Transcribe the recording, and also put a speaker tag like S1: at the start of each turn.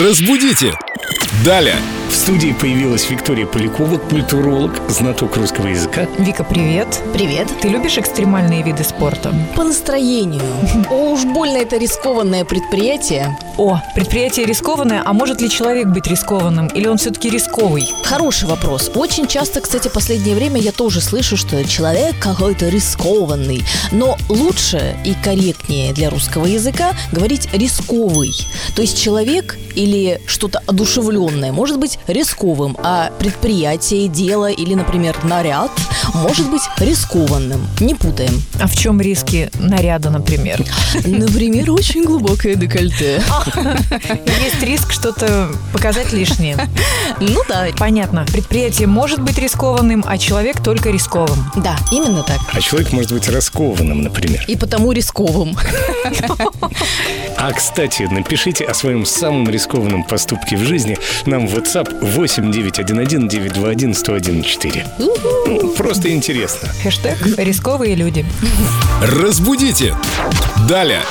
S1: Разбудите! Далее!
S2: В студии появилась Виктория Полякова, культуролог, знаток русского языка.
S3: Вика, привет.
S4: Привет.
S3: Ты любишь экстремальные виды спорта?
S4: По настроению. О, уж больно это рискованное предприятие.
S3: О, предприятие рискованное, а может ли человек быть рискованным? Или он все-таки рисковый?
S4: Хороший вопрос. Очень часто, кстати, в последнее время я тоже слышу, что человек какой-то рискованный. Но лучше и корректнее для русского языка говорить рисковый. То есть человек или что-то одушевленное может быть рисковым, а предприятие, дело или, например, наряд может быть рискованным. Не путаем.
S3: А в чем риски наряда, например?
S4: Например, очень глубокое декольте.
S3: Есть риск что-то показать лишнее.
S4: Ну да,
S3: Понятно. Предприятие может быть рискованным, а человек только рисковым.
S4: да, именно так.
S2: А человек может быть раскованным, например.
S4: И потому рисковым.
S2: А, кстати, напишите о своем самом рискованном поступке в жизни нам в WhatsApp 8911-921-1014. Ну, просто интересно.
S3: Хэштег «Рисковые люди».
S1: Разбудите! Далее!